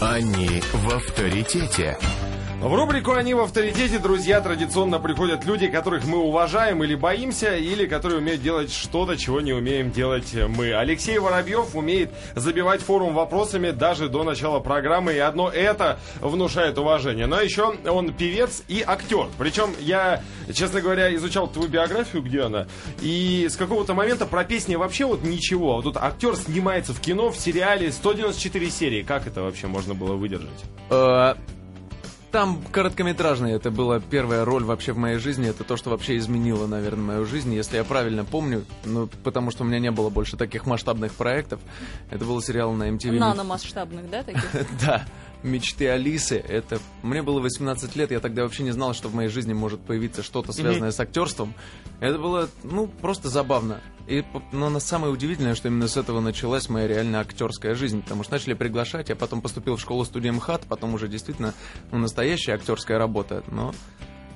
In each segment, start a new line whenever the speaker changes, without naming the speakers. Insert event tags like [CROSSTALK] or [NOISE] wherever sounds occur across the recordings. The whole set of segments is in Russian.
Они в авторитете.
В рубрику «Они в авторитете», друзья, традиционно приходят люди, которых мы уважаем или боимся, или которые умеют делать что-то, чего не умеем делать мы. Алексей Воробьев умеет забивать форум вопросами даже до начала программы, и одно это внушает уважение. Но еще он певец и актер. Причем я, честно говоря, изучал твою биографию, где она, и с какого-то момента про песни вообще вот ничего. А вот тут актер снимается в кино, в сериале, 194 серии. Как это вообще можно было выдержать?
Э, Там короткометражный, это была первая роль вообще в моей жизни, это то, что вообще изменило, наверное, мою жизнь, если я правильно помню, ну, потому что у меня не было больше таких масштабных проектов. Это был сериал на MTV.
Наномасштабных,
[LAUGHS]
да, таких?
Да, «Мечты Алисы». Это... Мне было 18 лет, я тогда вообще не знал, что в моей жизни может появиться что-то связанное с актерством. Это было, ну, просто забавно. И, п- но на- самое удивительное, что именно с этого началась моя реально актерская жизнь, потому что начали приглашать, я потом поступил в школу студии МХАТ, потом уже действительно ну, настоящая актерская работа, но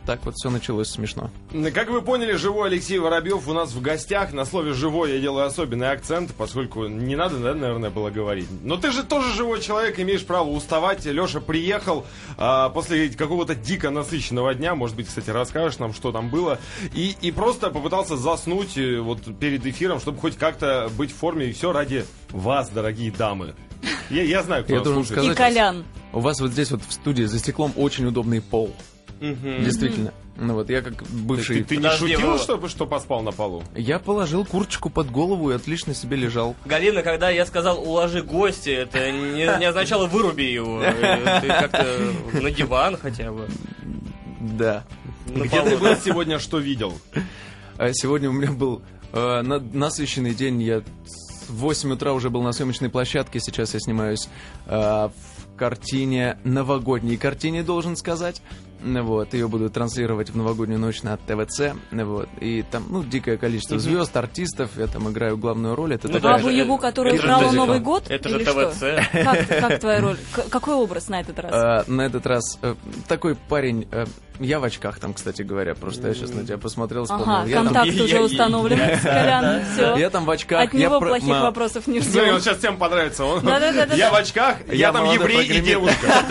так вот все началось смешно.
Как вы поняли, живой Алексей Воробьев у нас в гостях. На слове «живой» я делаю особенный акцент, поскольку не надо, да, наверное, было говорить. Но ты же тоже живой человек, имеешь право уставать. Леша приехал а, после какого-то дико насыщенного дня, может быть, кстати, расскажешь нам, что там было, и, и просто попытался заснуть э, вот перед эфиром, чтобы хоть как-то быть в форме, и все ради вас, дорогие дамы. Я, я знаю, кто
Я
нас
должен
слушает.
И
Сказать-
Колян.
У вас вот здесь вот в студии за стеклом очень удобный пол,
Мгм.
действительно. Ну вот я как бывший...
Ты, ты не
Подожди,
шутил,
Вова.
что, что поспал на полу?
Я положил курточку под голову и отлично себе лежал.
Галина, когда я сказал «уложи гостя», это не, не означало
[LAUGHS]
«выруби его». Э, Ты как-то на диван хотя бы.
Да.
на
Где ты
полу.
был сегодня, что видел?
А сегодня у меня был э, на- насыщенный день. Я с 8 утра уже был на съемочной площадке. Сейчас я снимаюсь э, в картине новогодней картине, должен сказать. Ну Вот, ее будут транслировать в новогоднюю ночь на ТВЦ. Ну Вот, и там, ну, дикое количество звезд, артистов. Я там играю главную роль. Это
Ну,
А
такая
же-
вы его, который
это же
играл в
ТВЦ.
Новый год?
Это же
или что? [LAUGHS]
ТВЦ.
Как, как
[LAUGHS]
твоя роль? К- какой образ на этот раз?
Э, на этот раз э, такой парень. э, я в очках там, кстати говоря, просто я сейчас на тебя посмотрел, вспомнил.
Ага,
ну, я, там,
контакт
я-
уже
[LAUGHS]
я-
установлен с Коляном,
я
все.
там в очках.
От
я
него
про-
плохих
ма-
вопросов не
Смотри, он
ждем.
сейчас всем понравится. Он-
Да-да-да-да-да.
Я в очках, я,
Я
там
молодой
еврей и
прогремит.
девушка.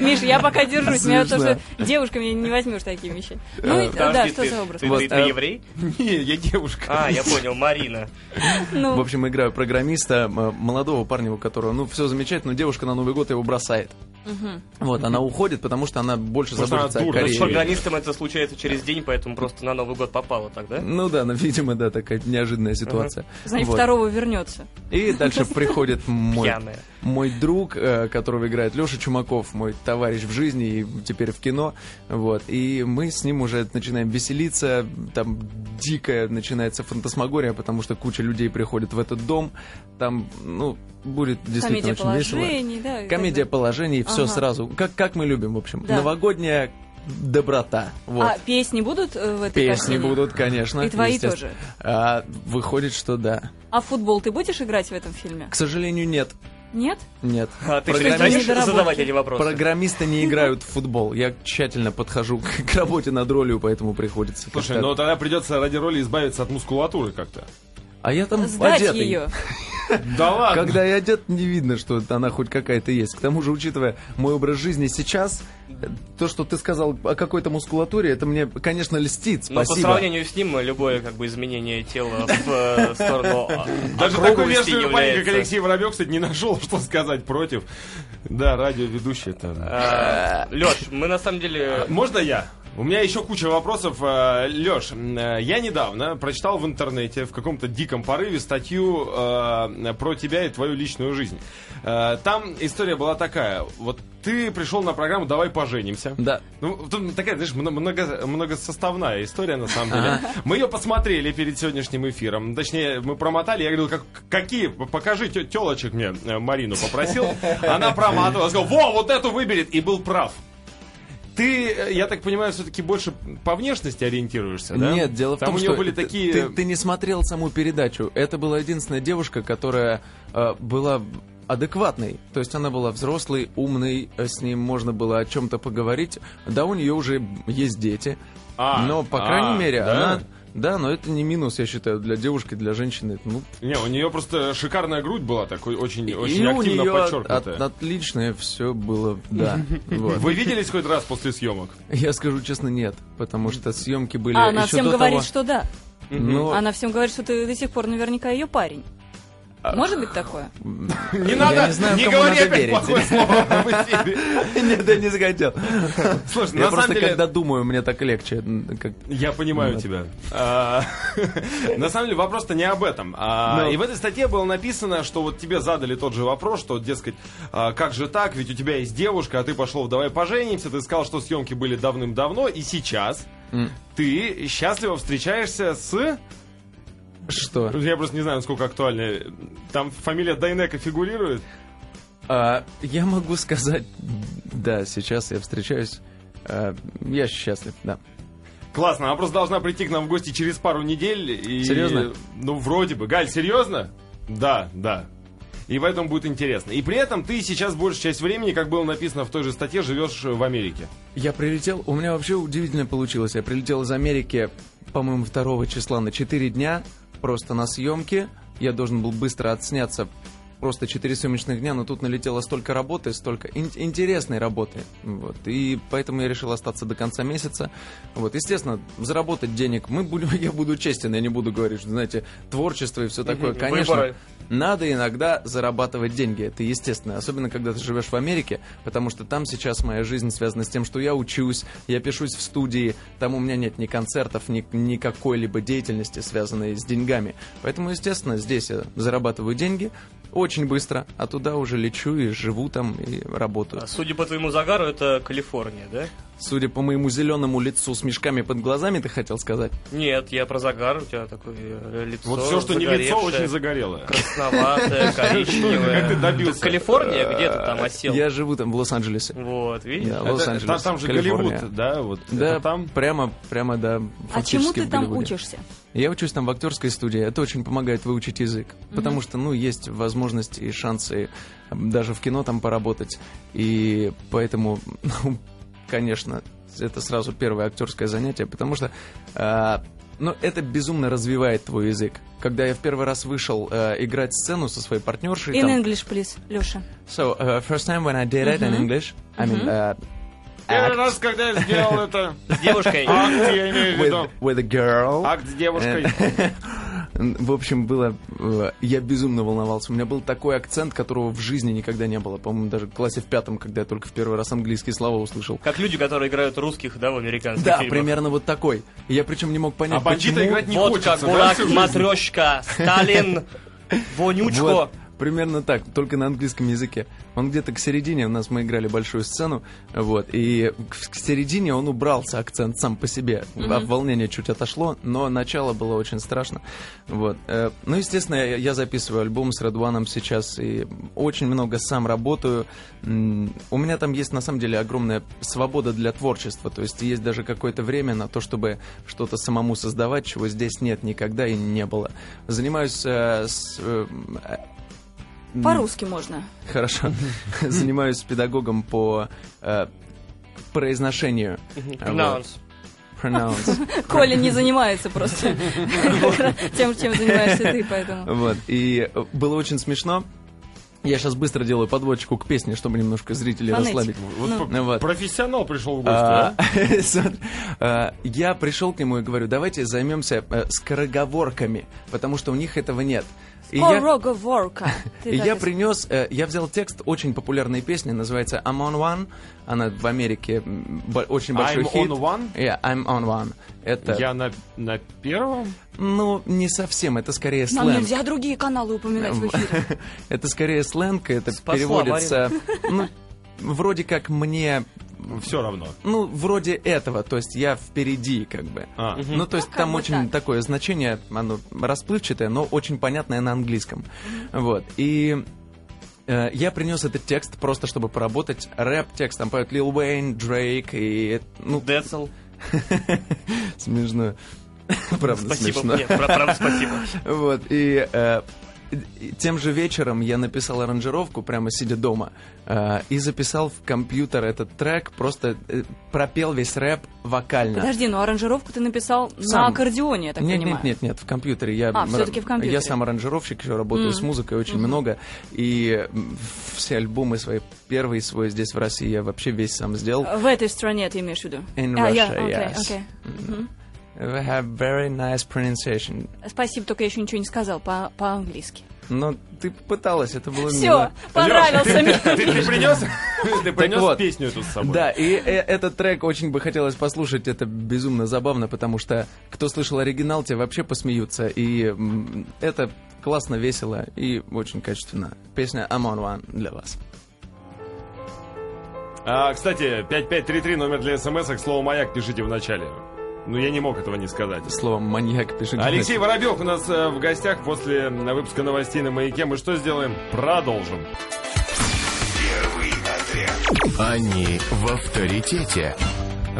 Миш, я пока держусь, меня
Смешно.
тоже девушками не возьмешь такие вещи.
Э,
Ну, и- да,
Подожди,
что
ты-
за образ?
Ты,
Вот,
ты-
а
ты
э,
еврей?
Не, я девушка.
А, я понял, Марина.
В
Ну,
общем, играю программиста, м, молодого парня, у которого, ну, все замечательно, но девушка на Новый год его бросает. Вот, она уходит, потому что она больше
Потому что она
заботится о
дура.
Ну,
карьере.
с программистом это случается через день, поэтому просто на Новый год попало тогда.
Ну да, ну, видимо, да, такая неожиданная ситуация.
значит,
Вот.
второго вернется.
И дальше приходит мой,
Пьяная.
мой друг, э, которого играет Леша Чумаков, мой товарищ в жизни и теперь в кино. Вот. И мы с ним уже начинаем веселиться. Там дикая начинается фантасмагория, потому что куча людей приходит в этот дом. Там, ну, будет
Комедия
действительно очень весело.
положений, да. и так
Комедия
далее.
положений, все
Ага.
сразу. Как, как мы любим, в общем.
Да.
Новогодняя доброта. Вот.
А песни будут э, в этой
Песни
картине?
будут, конечно.
И твои
естественно.
тоже?
А, выходит, что да.
А в футбол ты будешь играть в этом фильме?
К сожалению, нет.
Нет?
Нет.
А ты что,
Программист-
станешь
Недоработки.
задавать эти вопросы?
Программисты не играют в футбол. Я тщательно подхожу [LAUGHS] к, к работе над ролью, поэтому приходится.
Слушай,
как-то-
ну тогда придется ради роли избавиться от мускулатуры как-то.
А я там
Сдать
одетый.
ее.
Да ладно.
Когда я одет, не видно, что она хоть какая-то есть. К тому же, учитывая мой образ жизни сейчас, э, то, что ты сказал о какой-то мускулатуре, это мне, конечно, льстит.
Но Ну, по
Спасибо.
сравнению с ним любое как бы изменение тела в э, сторону
Даже такой
округлости
вежливый парень, как
является,
Алексей Воробьев, кстати, не нашел, что сказать против. Да, радиоведущий это.
э, Лёш, мы на самом деле...
Э, Можно я? У меня еще куча вопросов. Э, Леш, я недавно прочитал в интернете в каком-то диком порыве статью э, про тебя и твою личную жизнь. Э, Там история была такая. Вот ты пришел на программу «Давай поженимся».
Да.
Ну, тут такая, знаешь, мно- много, многосоставная история, на самом деле. Мы ее посмотрели перед сегодняшним эфиром. Точнее, мы промотали. Я говорил, как, какие? Покажи тё- телочек мне, э, Марину попросил. Она проматывала. Сказал, во, вот эту выберет. И был прав. Ты, э, я так понимаю, все-таки больше по внешности ориентируешься, да?
Нет, дело в
Там
том,
у
что
нее были
ты-
такие...
ты, ты не смотрел саму передачу. Это была единственная девушка, которая э, была адекватной. То есть она была взрослой, умной, э, с ней можно было о чем-то поговорить. Да, у нее уже есть дети.
А,
но, по
а,
крайней мере,
да?
она Да, но это не минус, я считаю, для девушки, для женщины. Ну,
Не, у нее просто шикарная грудь была, такой очень,
и
очень
у
активно
нее
подчеркнутая.
от- отличное все было,
[LAUGHS]
да. Вот.
Вы виделись хоть раз после съемок?
Я скажу честно, нет, потому что съемки были
А она
еще
всем
до
говорит,
того.
что да.
Ну, [LAUGHS]
Она [LAUGHS] всем говорит, что ты до сих пор наверняка ее парень.
А,
Может быть такое? А
Не
Э, Я
надо,
не знаю,
не
кому
говори
надо
опять
верить.
плохое слово в эфире.
Нет, я не захотел.
Слушай,
Я
на самом
просто
деле...
когда думаю, мне так легче. м, как-
Я понимаю тебя. А, [LAUGHS] На самом деле вопрос-то не об этом. А,
Ну.
И в этой статье было написано, что вот тебе задали тот же вопрос, что, дескать, а, как же так, ведь у тебя есть девушка, а ты пошел в «Давай поженимся», ты сказал, что съемки были давным-давно, и сейчас
М.
ты счастливо встречаешься с...
Что?
Я просто не знаю, насколько актуально. Там фамилия Дайнека фигурирует.
А, я могу сказать, да, сейчас я встречаюсь. а, я счастлив, да.
Классно, она просто должна прийти к нам в гости через пару недель. И...
Серьезно?
Ну, вроде бы. Галь, серьезно? Да, да. И в этом будет интересно. И при этом ты сейчас большую часть времени, как было написано в той же статье, живешь в Америке.
Я прилетел, у меня вообще удивительно получилось. Я прилетел из Америки, по-моему, 2 числа на 4 дня, просто на съемки. Я должен был быстро отсняться, просто 4 съемочных дня, но тут налетело столько работы, столько ин- интересной работы. Вот. И поэтому я решил остаться до конца месяца. Вот. Естественно, заработать денег мы будем, [LAUGHS] я буду честен, я не буду говорить, что, знаете, творчество и все такое.
Мгм,
Конечно,
выборы.
надо иногда зарабатывать деньги, это естественно, особенно когда ты живешь в Америке, потому что там сейчас моя жизнь связана с тем, что я учусь, я пишусь в студии, там у меня нет ни концертов, ни, ни какой-либо деятельности, связанной с деньгами. Поэтому, естественно, здесь я зарабатываю деньги очень быстро, а туда уже лечу и живу там и работаю.
А Судя по твоему загару, это Калифорния, да?
Судя по моему зеленому лицу с мешками под глазами, ты хотел сказать?
Нет, я про загар, у тебя такое э, лицо
Вот все, что не лицо,
загоревшее,
очень загорелое.
Красноватое,
[LAUGHS]
коричневое.
Как ты [LAUGHS] добился? А,
Так Калифорния где-то там осел.
Я живу там в Лос-Анджелесе.
Вот, видишь?
Да,
Это-
Лос-Анджелес,
там, там же
Калифорния.
Голливуд, да? Вот
Да,
это там.
прямо, прямо, да.
А чему
фактически
ты
в
там
Голливуде.
учишься?
Я учусь там в актерской студии. Это очень помогает выучить язык. Потому что, ну, есть возможности и шансы м, даже в кино там поработать. И поэтому, ну, конечно, это сразу первое актерское занятие, потому что. а, ну, это безумно развивает твой язык. Когда я в первый раз вышел а, играть сцену со своей партнершей,
In
там-
English, please, Леша.
So, uh, first time when I did it in
Мгм.
English, I mean,
Мгм.
uh,
Первый
act
раз, когда я
[LAUGHS]
сделал это...
С
[LAUGHS]
девушкой.
Акт, я имею в виду.
with, with a girl.
Акт с девушкой.
Э. В общем, было... э, Я безумно волновался. У меня был такой акцент, которого в жизни никогда не было. По-моему, даже в классе в пятом, когда я только в первый раз английские слова услышал.
Как люди, которые играют русских, да, в американских
Да,
фильмах.
примерно вот такой. И Я причем не мог
А
понять,
бандита
почему...
играть не
Водка,
хочется. да,
гулаг,
всю жизнь?
матрешка,
[LAUGHS]
Сталин, вонючко.
Вот, примерно так, только на английском языке. Он где-то к середине, у нас мы играли большую сцену, вот, и к к середине он убрался, акцент сам по себе. А Волнение чуть отошло, но начало было очень страшно. Вот. э, Ну, естественно, я я записываю альбом с Радуаном сейчас, и очень много сам работаю. М, У меня там есть, на самом деле, огромная свобода для творчества, то есть есть даже какое-то время на то, чтобы что-то самому создавать, чего здесь нет никогда и не было. Занимаюсь э, с, э, м,
По-русски можно. [LAUGHS]
Хорошо. Занимаюсь педагогом по э, произношению. А вот.
Pronounce.
Pronounce.
Коля не занимается просто [LAUGHS] тем, чем занимаешься ты, поэтому.
Вот. И э, было очень смешно. Я сейчас быстро делаю подводочку к песне, чтобы немножко зрителей
Фонетика.
расслабить.
Вот
Ну.
про-
Вот.
Профессионал пришел в гости,
А,
а?
[LAUGHS] смотри, а, Я пришел к нему и говорю, давайте займемся э, скороговорками, потому что у них этого нет. И я-
Ороговорка.
[LAUGHS]
Ты
И
так
я
и-
принес, э, я взял текст очень популярной песни, называется I'm on one. Она в Америке м, бо- очень большой
I'm
хит.
on one?
Yeah, I'm on one. Это,
Я на, на первом?
ну, не совсем, это скорее
Нам
сленг.
нельзя другие каналы упоминать в
[LAUGHS]
эфире.
Это скорее сленг, это
Спасла
переводится, ну, вроде как мне,
Все равно.
ну, вроде этого, то есть я впереди, как бы.
А.
Ну, то есть
как
там
бы
очень
так.
такое значение, оно расплывчатое, но очень понятное на английском. Вот. И э, я принес этот текст просто, чтобы поработать. Рэп-текст там поют Лил Уэйн, Дрейк и... Ну,
Децл.
смешно. [LAUGHS] Правда,
Спасибо.
[LAUGHS]
смешно.
Нет, пра- правда, спасибо.
Вот, и э, И Тем же вечером я написал аранжировку, прямо сидя дома, э, и записал в компьютер этот трек, просто э, пропел весь рэп вокально.
Подожди, ну аранжировку ты написал на
Сам.
аккордеоне, я так
нет, нет,
понимаю.
нет, нет, в компьютере. Я,
А,
м-
всё-таки в компьютере.
Я сам аранжировщик, еще работаю с музыкой очень много. И м, все альбумы свои, первые свой здесь в России я вообще весь сам сделал.
В этой стране ты имеешь в виду?
In
А, я-
Russia,
окей,
yes.
окей. Мгм.
We have very nice pronunciation.
Спасибо, только я еще ничего не сказал по- по-английски.
Но ты попыталась, это было
Все,
мило.
понравился мне.
[LAUGHS]
Ты, ты принес, ты принес
вот.
песню эту с собой?
Да, и э, этот трек очень бы хотелось послушать, это безумно забавно, потому что кто слышал оригинал, те вообще посмеются, и м, это классно, весело и очень качественно. Песня I'm on one для вас.
А, кстати, 5533 номер для смс к слову «Маяк» пишите в начале. Ну, я не мог этого не сказать.
Слово маньяк пишет.
Алексей Воробьев у нас э, в гостях после м, выпуска новостей на «Маяке». Мы что сделаем? Продолжим.
Они в авторитете.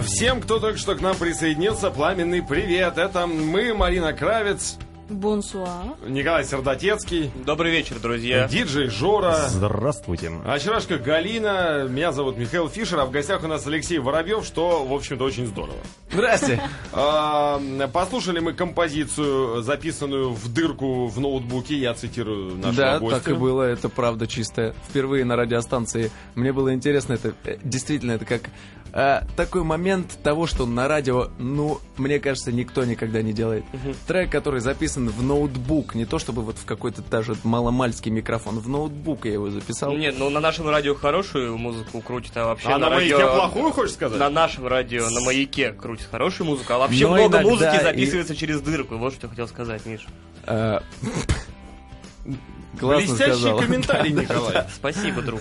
Всем, кто только что к нам присоединился, пламенный привет. Это мы, Марина Кравец,
Бонсуа.
Николай Сердотецкий,
Добрый вечер, друзья.
диджей Жора.
Здравствуйте.
А вчерашка Галина, меня зовут Михаил Фишер, а в гостях у нас Алексей Воробьев, что, в общем-то, очень здорово.
Здрасте.
А, Послушали мы композицию, записанную в дырку в ноутбуке, я цитирую нашего
Да,
гостя.
так и было, это правда чистая. Впервые на радиостанции. Мне было интересно, это э, действительно, это как э, такой момент того, что на радио, ну, мне кажется, никто никогда не делает. Трек, который записан в ноутбук, не то чтобы вот в какой-то даже маломальский микрофон, в ноутбук я его записал.
Нет, ну на нашем радио хорошую музыку крутит, а вообще
А на
радио...
маяке плохую, хочешь сказать?
На нашем радио, на маяке крутит хорошую музыку, а вообще
Но
много
иногда
музыки
и-
записывается через дырку. Вот что я хотел сказать, Миш.
Э, Классно
Блестящий
сказал. [LAUGHS]
комментарий, Николай.
Спасибо, друг.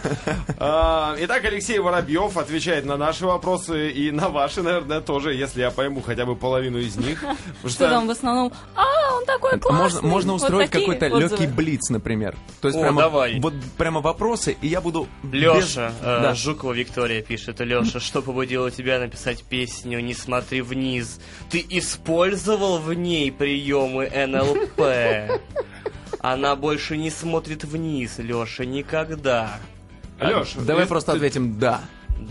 А, Итак, Алексей Воробьев отвечает на наши вопросы и на ваши, наверное, тоже, если я пойму хотя бы половину из
[LAUGHS]
них. Потому
Что там в основном? А, он такой классный.
Можно, можно
Вот
устроить
такие
какой-то
отзывы.
легкий блиц, например. То есть
О,
прямо
давай.
вот прямо вопросы, и я буду без-
Леша,
э,
Да.
э, Жукова Виктория пишет. Леша, что побудило тебя написать песню «Не смотри вниз»? Ты использовал в ней приемы НЛП? Она больше не смотрит вниз, Леша, никогда.
Алеш,
А, Давай просто ответим да.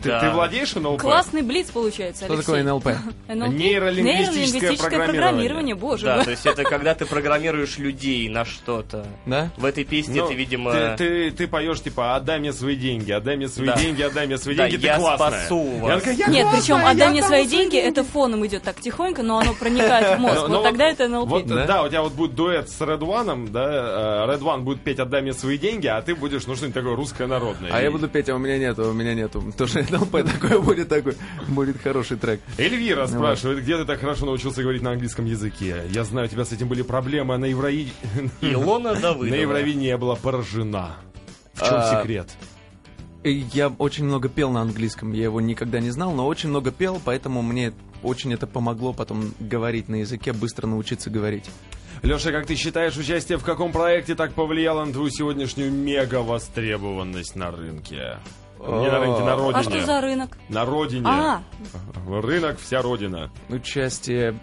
Ты,
Да.
ты владеешь НЛП?
Классный блиц получается,
Что
Алексей.
такое НЛП?
NLP?
Нейролингвистическое программирование,
программирование, боже
Да,
мой.
то есть это когда ты программируешь людей на что-то.
Да?
В этой песне
Ну,
ты, видимо...
Ты, ты, ты поешь, типа, отдай мне свои деньги, отдай мне свои
Да.
деньги, отдай мне свои
Да,
деньги,
я
ты классная.
спасу
И
вас.
она такая, «Я
Нет,
классная,
причем
я
отдай мне
отдам
свои
свои
деньги, это фоном идет так тихонько, но оно проникает в
[LAUGHS]
мозг.
Ну, ну
Вот тогда это
Вот,
НЛП.
да?
Да?
у тебя вот будет дуэт с Red One, да, э, Red One будет петь «Отдай мне свои деньги», а ты будешь, ну, что-нибудь такое русское народное.
А я
И-
буду петь, а у меня нету, у меня нету. [LAUGHS] То, что НЛП такое будет, такой будет хороший трек. Ну
Эльвира спрашивает, где ты так хорошо научился говорить на английском языке? Я знаю, у тебя с этим были проблемы, а [LAUGHS] на, Еврои...
Илона
на
Давыдова.
Евровидении я была поражена. В чем
А,
секрет?
И Я очень много пел на английском, я его никогда не знал, но очень много пел, поэтому мне очень это помогло потом говорить на языке, быстро научиться говорить.
Леша, как ты считаешь, участие в каком проекте так повлияло на твою сегодняшнюю мега востребованность на рынке? Не на рынке, на
А
родине.
А что за рынок?
На родине.
А,
Рынок, вся родина.
Участие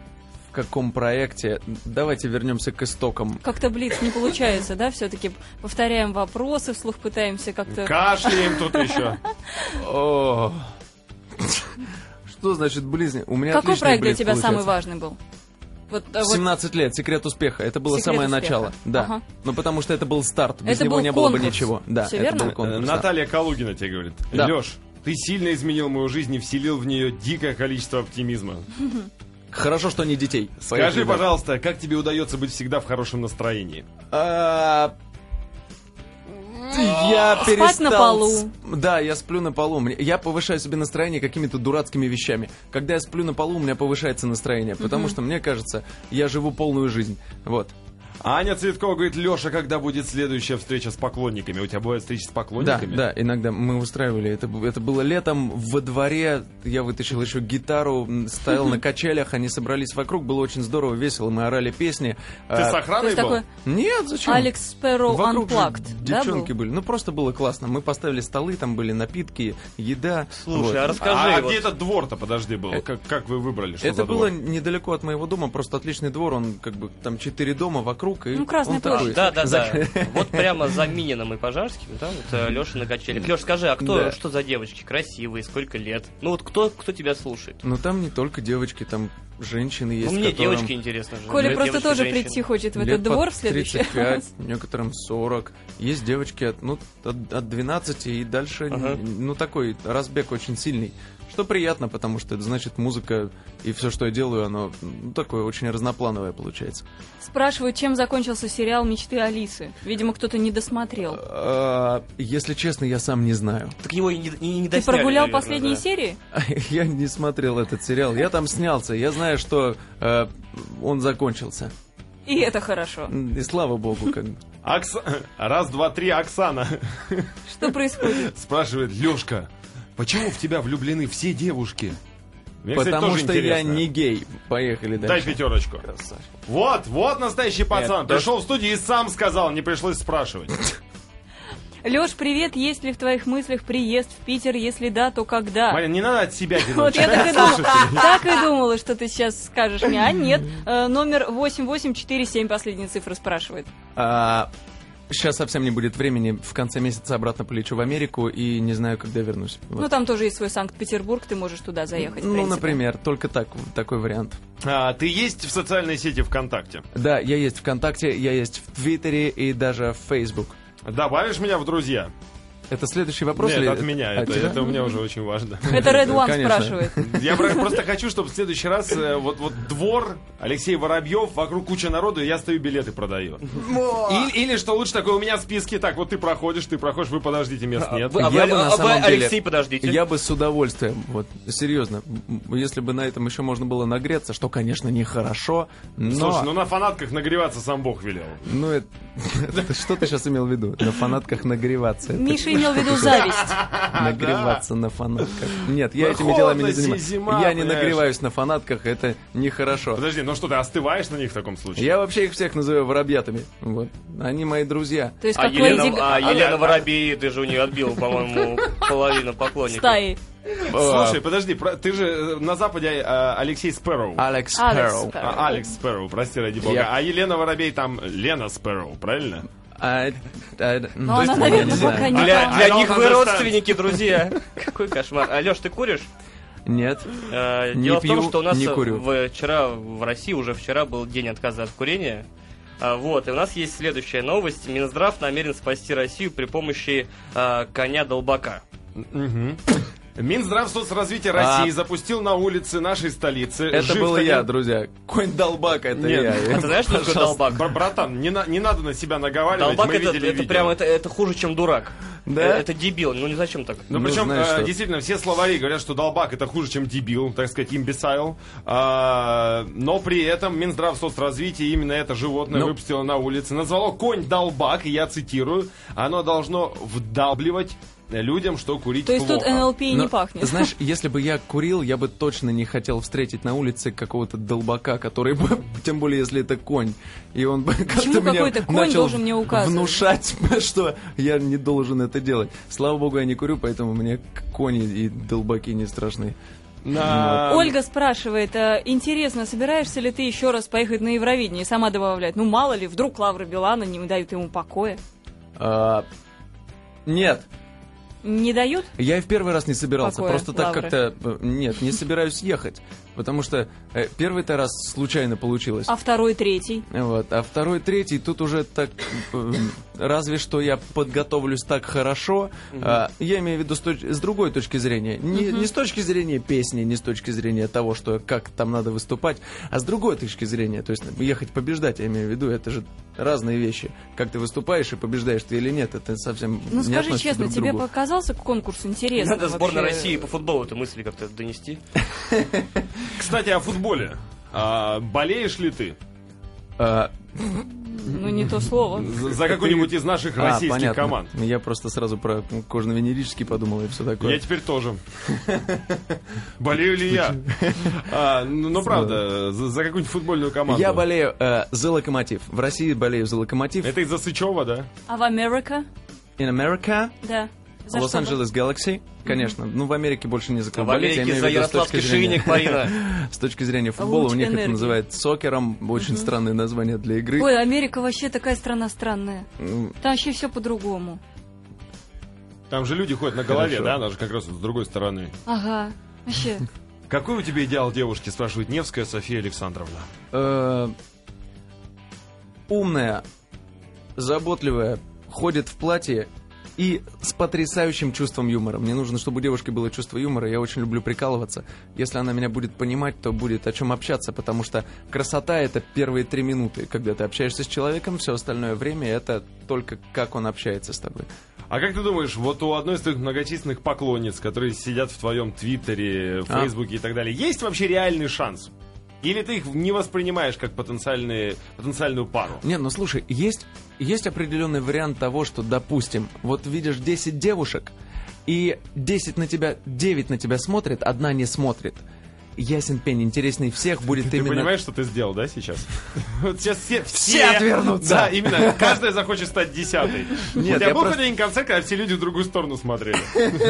в каком проекте? Давайте вернемся к истокам.
как-то блиц не получается, да? Все-таки повторяем вопросы, вслух пытаемся как-то...
Кашляем
[LAUGHS]
тут еще.
О. [LAUGHS] Что значит близни? У меня
Какой
отличный
проект для
близ
тебя самый
получается.
важный был? Вот, э, вот
17 лет, секрет успеха. Это было
Секрет
самое
успеха.
начало. Да.
Ага.
Ну потому что это был старт. Без
Это
него
был
не было бы
конкурс.
ничего. Да,
Всё
это
верно?
был конкурс. да.
Э, Наталья Калугина тебе говорит.
Да.
Леш, ты сильно изменил мою жизнь и вселил в нее дикое количество оптимизма.
Хорошо, что не детей.
Скажи,
Поехали дальше.
пожалуйста, как тебе удается быть всегда в хорошем настроении?
А, Я
Спать на
перестал...
полу.
с- Да, я сплю на полу. Мне- Я повышаю себе настроение какими-то дурацкими вещами. Когда я сплю на полу, у меня повышается настроение, потому что мне кажется, я живу полную жизнь. Вот.
Аня Цветкова говорит, Леша, когда будет следующая встреча с поклонниками? У тебя бывает встреча с
Да,
поклонниками?
да, иногда мы устраивали. Это, б- это было летом во дворе. Я вытащил еще гитару, м, стоял
[LAUGHS]
на качелях, они собрались вокруг. Было очень здорово, весело. Мы орали песни.
Ты
А,
с
то
охраной
есть
был?
такой
Нет, зачем?
Алекс Спэроу
Вокруг же
Unplugged, да, был?
девчонки были. Ну, просто было классно. Мы поставили столы, там были напитки, еда.
Слушай,
Вот.
а расскажи.
а а
вот-
где этот двор-то, подожди, был? Как, как вы выбрали? Что
Э, Это
за
было
двор?
недалеко от моего дома, просто отличный двор, он как бы там четыре дома вокруг. круг, и
Ну, красный
он
площадь.
такой.
А, Да, да, да.
[LAUGHS] Зак-
Вот прямо за Минином и Пожарским, да, вот Леша на качелях. Леш, скажи, а кто,
Да.
что за девочки? Красивые, сколько лет? Ну вот кто, кто тебя слушает?
Но там не только девочки, там женщины есть,
Ну мне
которым
девочки интересно же.
Коля
Мне
просто
девочки,
тоже
женщины.
прийти хочет в
лет
этот
по
двор в следующий [LAUGHS]
35,
раз.
[LAUGHS] некоторым 40. Есть девочки от, ну, от, от 12 и дальше,
Ага.
ну, такой разбег очень сильный. Что приятно, потому что это значит музыка и все, что я делаю, оно ну, такое очень разноплановое получается.
Спрашиваю, чем закончился сериал «Мечты Алисы». Видимо, кто-то не
Э,
досмотрел.
А, если честно, я сам не знаю. [LAUGHS]
Так его и не, и не
Ты
досняли,
прогулял
наверное,
последние
да.
серии?
Я не смотрел этот сериал. Я там снялся. Я знаю, что э, он закончился.
И это хорошо.
И слава богу, как бы.
Окс... Раз, два, три, Оксана [LAUGHS]
[LAUGHS]
Что происходит?
спрашивает, Лешка, почему в тебя влюблены все девушки? [LAUGHS] Мне, кстати,
Потому
тоже
что я
интересно.
не гей. Поехали
Дай
дальше.
пятерочку. Вот, вот настоящий пацан.
то,
Пришел в студию и сам сказал, не пришлось спрашивать.
Лёш, привет, есть ли в твоих мыслях приезд в Питер? Если да, то когда?
Марин, не надо от себя тянуть.
[LAUGHS] Вот я так и
Слушайте,
думала, так и думала, что ты сейчас скажешь мне. А нет, э, номер 8847, последняя цифра спрашивает.
сейчас А, совсем не будет времени. В конце месяца обратно полечу в Америку и не знаю, когда вернусь. Вот.
Ну, там тоже есть свой Санкт-Петербург, ты можешь туда заехать. в
Ну,
принципе.
например, только так, такой вариант.
а, ты есть в социальной сети ВКонтакте?
Да, я есть ВКонтакте, я есть в Твиттере и даже в Facebook.
Добавишь меня в друзья?
Это следующий вопрос?
Нет,
или-
от меня.
от
это,
тебя?
это у меня уже очень важно.
Это Red One
Конечно.
спрашивает.
Я про- просто хочу, чтобы в следующий раз э, вот, вот двор, Алексей Воробьев, вокруг куча народу, и я стою билеты продаю. Или, или что лучше такое, у меня списки, так, вот ты проходишь, ты проходишь, вы подождите, мест нет.
Вы- а
Я
вы-
бы на
а вы,
самом деле-
Алексей, подождите.
Я бы с удовольствием, вот, серьезно, м, если бы на этом еще можно было нагреться, что, конечно, нехорошо, но...
Слушай, ну на фанатках нагреваться сам Бог велел.
Ну, это... [LAUGHS] это что ты сейчас имел в виду? На фанатках нагреваться. Это
Миша имел в виду зависть.
Нагреваться на фанатках. Нет, я
Да
этими делами не
холодно,
занимаюсь.
зима,
я не
понимаешь.
нагреваюсь на фанатках, это нехорошо.
Подожди, ну что, ты остываешь на них в таком случае?
Я вообще их всех называю воробьятами. Вот. Они мои друзья.
То есть,
А
как Леди
Елена,
Га-
а Елена
а-
Воробей, ты же у
[LAUGHS]
нее отбил, по-моему, половину поклонников.
стаи.
Э,
Слушай, подожди, про- ты же э, на Западе э, Алексей Спэроу.
Алекс
Алекс
Перл.
Перл.
А, Алекс Спэроу, прости, ради бога.
А, Я-
А Елена Воробей там Лена Спэроу, правильно?
А,
Но она, наверное, пока не
Для,
там.
для
Она
них
у нас
вы
останется.
родственники, друзья.
[LAUGHS]
Какой кошмар. Алеш, ты куришь?
Нет.
Э,
Не
Дело в том,
пью,
что у нас
не курю.
в- вчера в России уже вчера был день отказа от курения. А, Вот, и у нас есть следующая новость. Минздрав намерен спасти Россию при помощи э, коня-долбака.
Минздрав соцразвития России
А.
запустил на улице нашей столицы.
Это
жив
был
таким-
я, друзья. Конь долбак, это
Нет.
я.
А ты знаешь, что такое
Пожалуйста.
долбак?
Бра- Братан, не, на- не надо на себя наговаривать,
Долбак
мы
это,
видели
это
видео.
прям это, это хуже, чем дурак.
Да?
Э, Это дебил, ну не зачем так.
Ну,
Ну,
причем,
знаешь
э,
что.
действительно, все словари говорят, что долбак это хуже, чем дебил, так сказать, имбесайл. А, но при этом Минздрав соцразвития именно это животное
Ну.
выпустило на улице. Назвало конь долбак, и я цитирую, оно должно вдавливать людям, что курить
То есть тут
плохо.
НЛП и не
Но,
пахнет.
Ну, Знаешь, если бы я курил, я бы точно не хотел встретить на улице какого-то долбака, который бы, [LAUGHS] тем более, если это конь, и он бы как-то меня
какой-то конь
начал
должен мне указывать?
внушать, [LAUGHS] что я не должен это делать. Слава богу, я не курю, поэтому мне к- кони и долбаки не страшны. а,
На-
Ольга спрашивает, э, интересно, собираешься ли ты еще раз поехать на Евровидение? И сама добавляет, ну мало ли, вдруг Лавра Белана не дают ему покоя.
А, Нет,
Не дают?
я и в первый раз не собирался,
Покоя,
просто так
Лавры.
как-то э, нет, не собираюсь ехать, потому что э, первый-то раз случайно получилось.
А второй, третий?
Вот. А второй, третий, тут уже так... э, Разве что я подготовлюсь так хорошо. а, Я имею в виду с, точ- с другой точки зрения. Не, не с точки зрения песни, не с точки зрения того, что как там надо выступать, а с другой точки зрения. То есть ехать побеждать, я имею в виду, это же разные вещи. Как ты выступаешь и побеждаешь ты или нет, это совсем
Ну
не
скажи
относится
честно,
друг к
тебе
другу.
показался конкурс интересным?
Надо сборной
вообще?
России по футболу эту мысль как-то донести.
Кстати, о футболе. А, болеешь ли ты
А,
Ну не то
[LAUGHS]
слово.
за, за какую-нибудь из наших
а,
российских
понятно.
команд?
Я просто сразу про ну, кожно-венерический подумал и все такое.
Я теперь
[LAUGHS]
тоже. Болею ли я? А, ну, ну, правда, за, за какую-нибудь футбольную команду.
Я болею э, за локомотив. В России болею за локомотив.
Это из-за Сычева, да?
А в Америка?
In America
Да. За что бы?
Лос-Анджелес Galaxy, конечно. Ну, в Америке больше не за
В
колболит, я имею
Америке
в
за
виду с точки
Ярославский
зрения- [LAUGHS]
шейник, Марина.
С точки зрения футбола
Луч
у них это
А энергии.
называют сокером. Очень странное название для игры.
Ой, Америка вообще такая страна странная.
Ну,
Там вообще все по-другому.
Там же люди ходят на голове,
Хорошо.
да? Она же как раз вот с другой стороны.
Ага. Вообще.
[LAUGHS]
Какой у тебя идеал девушки, спрашивает Невская София Александровна.
э, Умная, заботливая, ходит в платье и с потрясающим чувством юмора. Мне нужно, чтобы у девушки было чувство юмора. Я очень люблю прикалываться. Если она меня будет понимать, то будет о чем общаться, потому что красота — это первые три минуты, когда ты общаешься с человеком, все остальное время — это только как он общается с тобой.
А как ты думаешь, вот у одной из твоих многочисленных поклонниц, которые сидят в твоем Твиттере,
А.
Фейсбуке и так далее, есть вообще реальный шанс? Или ты их не воспринимаешь как потенциальные, потенциальную пару?
Не, ну слушай, есть, есть определенный вариант того, что, допустим, вот видишь 10 девушек, и 10 на тебя, 9 на тебя смотрит, одна не смотрит. Ясен пень, интересней всех будет
Ты
именно...
понимаешь, что ты сделал, да,
[LAUGHS]
сейчас? Вот сейчас все,
Все отвернутся.
Да, именно. Каждая захочет стать десятой. У
Нет,
тебя
я
был
просто-
когда-нибудь концерт, когда все люди в другую сторону смотрели?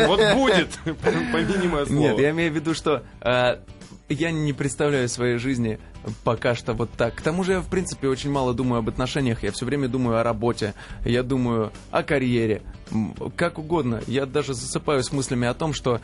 Вот будет, по минимуму слово.
Нет, я имею в виду, что э, я не представляю своей жизни пока что вот так. К тому же я, в принципе, очень мало думаю об отношениях. Я все время думаю о работе, я думаю о карьере, м, как угодно. Я даже засыпаю с мыслями о том, что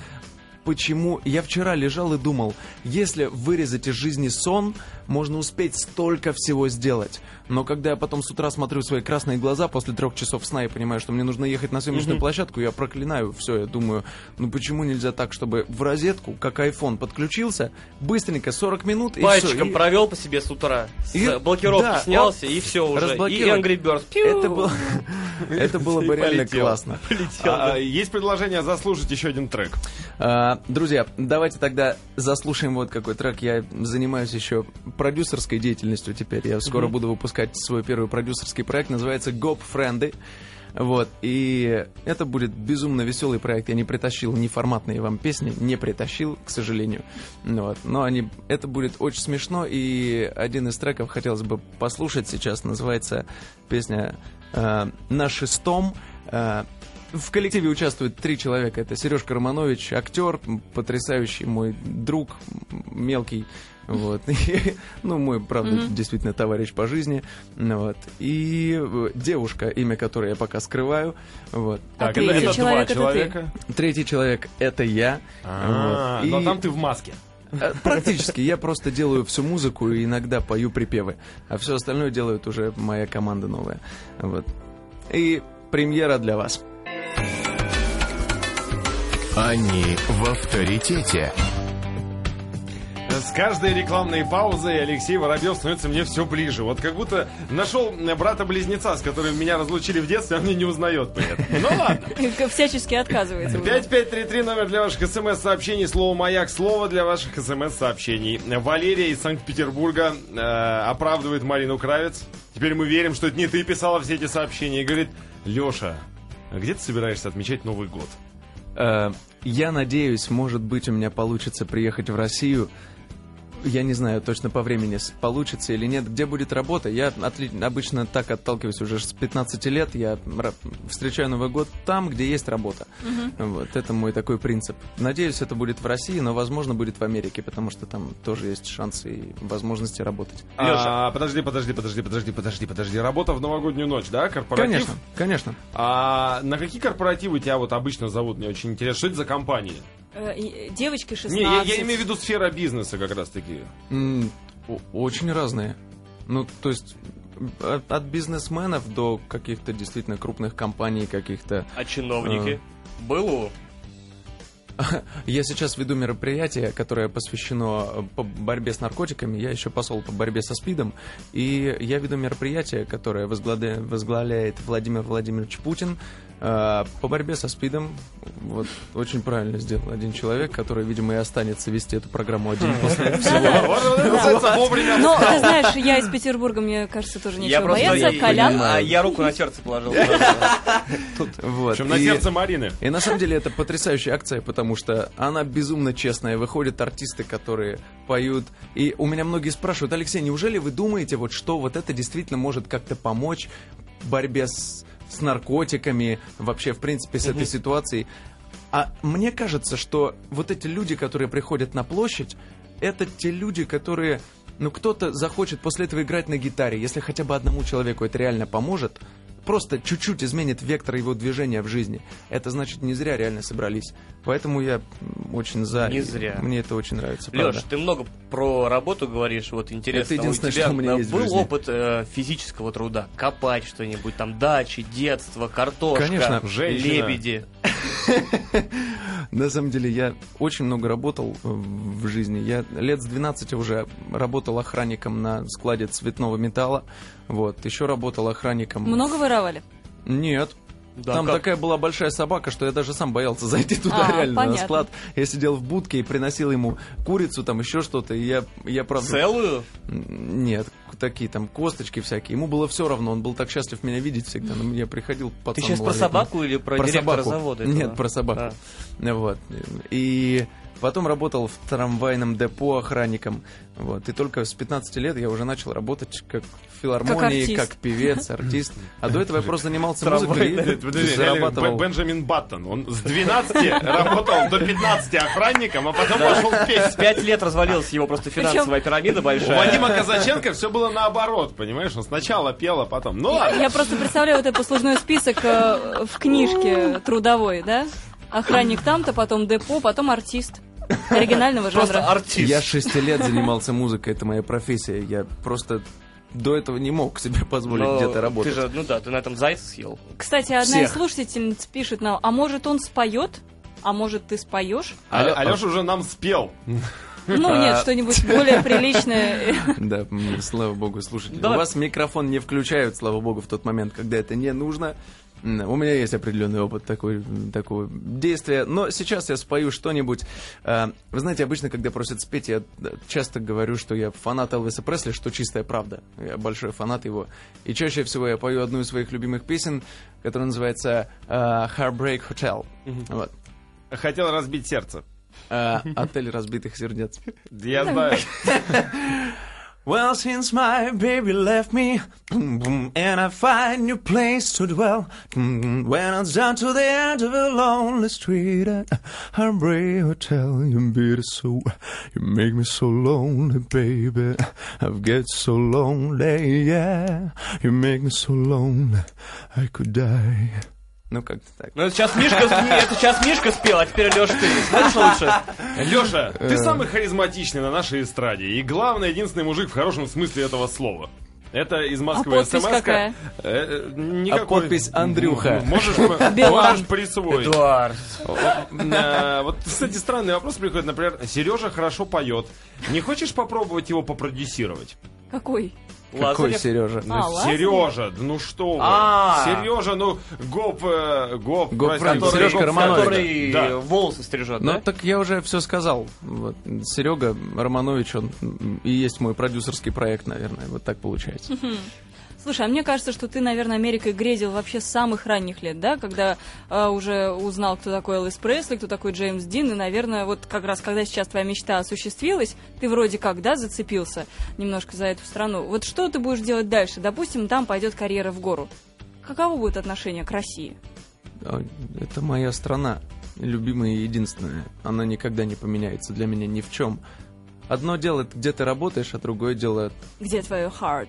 почему... Я вчера лежал и думал, если вырезать из жизни сон, можно успеть столько всего сделать. Но когда я потом с утра смотрю в свои красные глаза после трех часов сна и понимаю, что мне нужно ехать на съемочную площадку, я проклинаю все. Я думаю, ну почему нельзя так, чтобы в розетку, как iPhone, подключился, быстренько 40 минут и всё,
Пальчиком
и-
провел по себе с утра. С
И-
э, блокировки
да,
снялся,
оп,
и все уже. И
разблокировал.
Angry Birds. Пиу!
Это было, [LAUGHS] это было бы
И
реально
полетел.
классно.
Полетел,
А,
да.
Есть предложение заслушать еще один трек.
А, Друзья, давайте тогда заслушаем вот какой трек. Я занимаюсь еще продюсерской деятельностью теперь. Я скоро буду выпускать свой первый продюсерский проект. Называется «Гоп Френды». Вот, и это будет безумно веселый проект. Я не притащил неформатные вам песни, не притащил, к сожалению. Ну Вот. Но они, это будет очень смешно, и один из треков хотелось бы послушать сейчас. Называется песня э, «На шестом». Э, в коллективе участвуют три человека. Это Сережка Романович, актер, м, потрясающий мой друг, м, мелкий. Вот. [LAUGHS] И, ну, мой, правда,
Мгм.
действительно товарищ по жизни. Ну Вот. И э, девушка, имя которой я пока скрываю. Вот.
А
это-
третий
это
человек
два
это ты.
человека.
Третий человек — это я.
А,
Вот.
Но
И-
там ты в маске.
Э, Практически. Я просто делаю всю музыку и иногда пою припевы. А все остальное делает уже моя команда новая. Вот. И премьера для вас.
Они в авторитете.
С каждой рекламной паузой Алексей Воробьев становится мне все ближе. Вот как будто нашел брата-близнеца, с которым меня разлучили в детстве, а он меня не узнает при этом. Ну ладно.
Всячески отказывается. уже.
5533 номер для ваших смс-сообщений. Слово «Маяк», слово для ваших смс-сообщений. Валерия из Санкт-Петербурга э, оправдывает Марину Кравец. Теперь мы верим, что это не ты писала все эти сообщения. И говорит, Леша, где ты собираешься отмечать Новый год?
Э, Я надеюсь, может быть, у меня получится приехать в Россию. Я не знаю точно по времени, с- получится или нет. Где будет работа? Я отли- обычно так отталкиваюсь уже с 15 лет. Я ра- встречаю Новый год там, где есть работа. Вот это мой такой принцип. Надеюсь, это будет в России, но, возможно, будет в Америке, потому что там тоже есть шансы и возможности работать.
А, подожди, подожди, подожди, подожди, подожди, подожди. Работа в новогоднюю ночь, да? Корпоратив?
Конечно, конечно.
А на какие корпоративы тебя вот обычно зовут? Мне очень интересно. Что это за компании?
Э, и- Девочки
Не, я,
16.
я имею в виду сфера бизнеса как раз таки.
М, о- Очень разные. Ну, то есть от, от бизнесменов до каких-то действительно крупных компаний, каких-то...
А чиновники? Было?
Я сейчас веду мероприятие, которое посвящено э, по борьбе с наркотиками. Я еще посол по борьбе со СПИДом. И я веду мероприятие, которое возглада- возглавляет Владимир Владимирович Путин э, по борьбе со СПИДом. Вот очень правильно сделал один человек, который, видимо, и останется вести эту программу один
[LAUGHS]
после
Вот это называется вовремя.
Но ты знаешь, я из Петербурга, мне кажется, тоже
Я
нечего
просто...
бояться.
я-
Колян.
а Я руку на сердце [LAUGHS] положил. сразу.
Вот.
Причем на
И-
сердце Марины.
И на самом деле это потрясающая акция, потому что она безумно честная. Выходят артисты, которые поют. И у меня многие спрашивают, Алексей, неужели вы думаете, вот что вот это действительно может как-то помочь в борьбе с, с наркотиками, вообще, в принципе, с этой ситуацией? А мне кажется, что вот эти люди, которые приходят на площадь, это те люди, которые... Ну, кто-то захочет после этого играть на гитаре. Если хотя бы одному человеку это реально поможет, просто чуть-чуть изменит вектор его движения в жизни. Это значит, не зря реально собрались. Поэтому я м, очень за.
Не
и
зря.
Мне это очень нравится.
Леш,
правда.
ты много про работу говоришь, вот интересно,
Это единственное,
у тебя
что у меня
э,
есть в
был
жизни.
опыт э, физического труда? Копать что-нибудь, там, дачи, детство, картошка,
Конечно.
Женщина.
лебеди.
[LAUGHS] На самом деле, я очень много работал э, в жизни. Я лет с 12 уже работал охранником на складе цветного металла. Вот. Еще работал охранником.
Много воровали?
Нет.
Да,
Там
как-
такая была большая собака, что я даже сам боялся [LAUGHS] зайти туда
А,
реально на
понятно.
склад. Я сидел в будке и приносил ему курицу, там еще что-то. И я, я правда...
Целую?
М, Нет, такие там косточки всякие. Ему было все равно, он был так счастлив меня видеть всегда. Но я приходил пацан
Ты сейчас про
малолетний.
собаку или про,
Про
директора
собаку.
завода? этого?
Нет, про собаку. Вот. И потом работал в трамвайном депо охранником. Вот. И только с 15 лет я уже начал работать как в филармонии,
артист.
как, певец, артист. А до этого я просто занимался музыкой
Подожди, подожди,
и
реально,
зарабатывал.
Бен- Бенджамин Баттон. Он с 12 работал до 15 охранником, а потом пошел в
В
песню.
Пять лет развалилась его просто финансовая пирамида
У
большая.
Вадима Казаченко все было наоборот, понимаешь? Он сначала пел, а потом... Ну ладно.
Я просто представляю вот этот послужной список э, в книжке трудовой, да? Охранник там-то, потом депо, потом артист оригинального
Просто
жанра.
артист.
Я с 6 лет занимался музыкой, это моя профессия. Я просто до этого не мог себе позволить
Но
где-то работать.
Ты же, ну да, ты на этом зайца съел.
Кстати, одна из
Всех.
слушательниц пишет нам, а может он споет? А может
[LAUGHS]
ты споешь?
А-
Алё-
Алёша уже нам спел.
Ну
А.
нет, что-нибудь более приличное. [LAUGHS]
Да, м, слава богу, слушайте.
Давай.
У вас микрофон не включают, слава богу, в тот момент, когда это не нужно. М, У меня есть определенный опыт такой, м, такого действия. Но сейчас я спою что-нибудь. Э, Вы знаете, обычно, когда просят спеть, я э, часто говорю, что я фанат Элвиса Пресли, что чистая правда. Я большой фанат его. И чаще всего я пою одну из своих любимых песен, которая называется э, Heartbreak Hotel. Вот.
Хотел разбить сердце.
Э, Отель разбитых сердец.
Я знаю.
Well, since my baby left me, boom, boom, and I find new place to dwell, boom, boom, when I'm down to the end of a lonely street at Hambray Hotel, you beat it so, you make me so lonely, baby. I've get so lonely, yeah, you make me so lonely, I could die. Ну, как-то так.
Ну это сейчас Мишка, это сейчас Мишка спел, а теперь Леш ты. Знаешь лучше?
Леша,
Э.
ты самый харизматичный на нашей эстраде. И главное, единственный мужик в хорошем смысле этого слова. Это из Москвы
А подпись
СМС-ка.
какая?
Э, э, никакой.
А подпись Андрюха.
М, Можешь,
[LAUGHS]
по-
Билан.
можешь присвоить.
Эдуард.
Э, Вот, кстати, странный вопрос приходит. Например, Сережа хорошо поет. Не хочешь попробовать его попродюсировать?
Какой?
Какой
Лазарев.
Сережа?
А, ладно.
Сережа, ну что вы.
А.
Сережа, ну, гоп, э, гоп,
Гоп
прости,
Франц,
который-
Сережка
гоп
Романович.
Франц.
Который
Да.
волосы стрижет,
Ну,
да?
так я уже все сказал. Вот. Серега Романович, он м, и есть мой продюсерский проект, наверное. Вот так получается.
Слушай, а мне кажется, что ты, наверное, Америкой грезил вообще с самых ранних лет, да? Когда э, уже узнал, кто такой Элвис Пресли, кто такой Джеймс Дин, и, наверное, вот как раз когда сейчас твоя мечта осуществилась, ты вроде как, да, зацепился немножко за эту страну. Вот что ты будешь делать дальше? Допустим, там пойдет карьера в гору. Каково будет отношение к России?
А, Это моя страна, любимая и единственная. Она никогда не поменяется для меня ни в чем. Одно дело, где ты работаешь, а другое дело, [LAUGHS]
Где твое heart?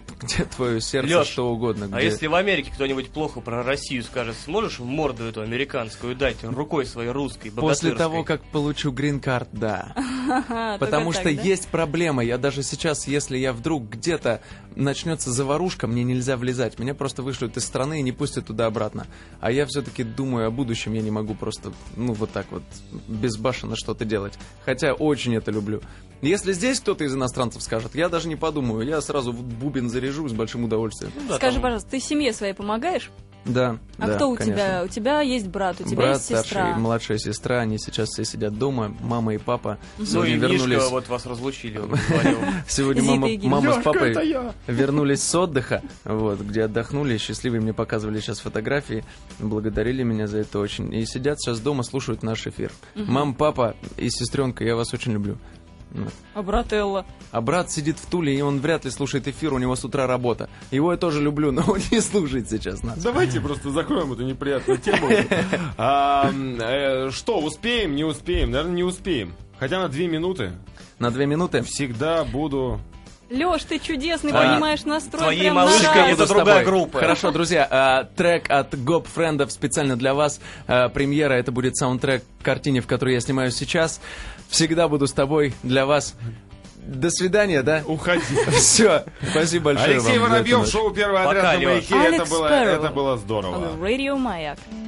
[LAUGHS]
где твое сердце,
Лёш,
что угодно.
А
где-
если в Америке кто-нибудь плохо про Россию скажет, сможешь в морду эту американскую дать рукой своей русской,
После
богатырской?
того, как получу грин-карт, да.
Ага,
Потому
А только
что
так, да?
есть проблема. Я даже сейчас, если я вдруг где-то начнется заварушка, мне нельзя влезать. Меня просто вышлют из страны и не пустят туда обратно. А я все-таки думаю о будущем. Я не могу просто, ну, вот так вот безбашенно что-то делать. Хотя очень это люблю. Если здесь кто-то из иностранцев скажет, я даже не подумаю. Я сразу в бубен заряжу с большим удовольствием.
Ну да,
Скажи,
там-
пожалуйста, ты семье своей помогаешь?
Да.
А
да,
кто у
конечно.
тебя? У тебя есть брат, у тебя
Брат,
есть сестра.
старший, младшая сестра, они сейчас все сидят дома, мама и папа.
Ну и
Сегодня
Мишка,
вернулись.
вот
[LAUGHS]
вас разлучили, он говорил.
Сегодня
Зита
мама,
и Гита.
мама с папой
это я.
вернулись с отдыха, вот, где отдохнули, счастливые мне показывали сейчас фотографии, благодарили меня за это очень. И сидят сейчас дома, слушают наш эфир. Мам, папа и сестренка, я вас очень люблю.
А брателла.
А брат сидит в Туле, и он вряд ли слушает эфир, у него с утра работа. Его я тоже люблю, но [LAUGHS] он не слушает сейчас нас.
Давайте просто закроем эту неприятную [LAUGHS] тему. А, э, Что, успеем, не успеем? Наверное, не успеем. Хотя на две минуты
На две минуты.
всегда буду...
Леш, ты чудесный,
А,
понимаешь, настрой
твои
прям на
малыши
раз.
кого-то
Буду с тобой.
другая группа.
Хорошо, друзья, а, трек от Гоп Френдов специально для вас. А, Премьера, это будет саундтрек к картине, в которой я снимаю сейчас. Всегда буду с тобой, для вас. До свидания, да?
Уходи.
Все, спасибо большое
Алексей
вам за эту
Воробьев,
ночь.
шоу «Первый отряд»
Пока,
на
Лёш.
маяке. Это
Алекс
было,
Перл.
это было здорово.
On Radio Маяк.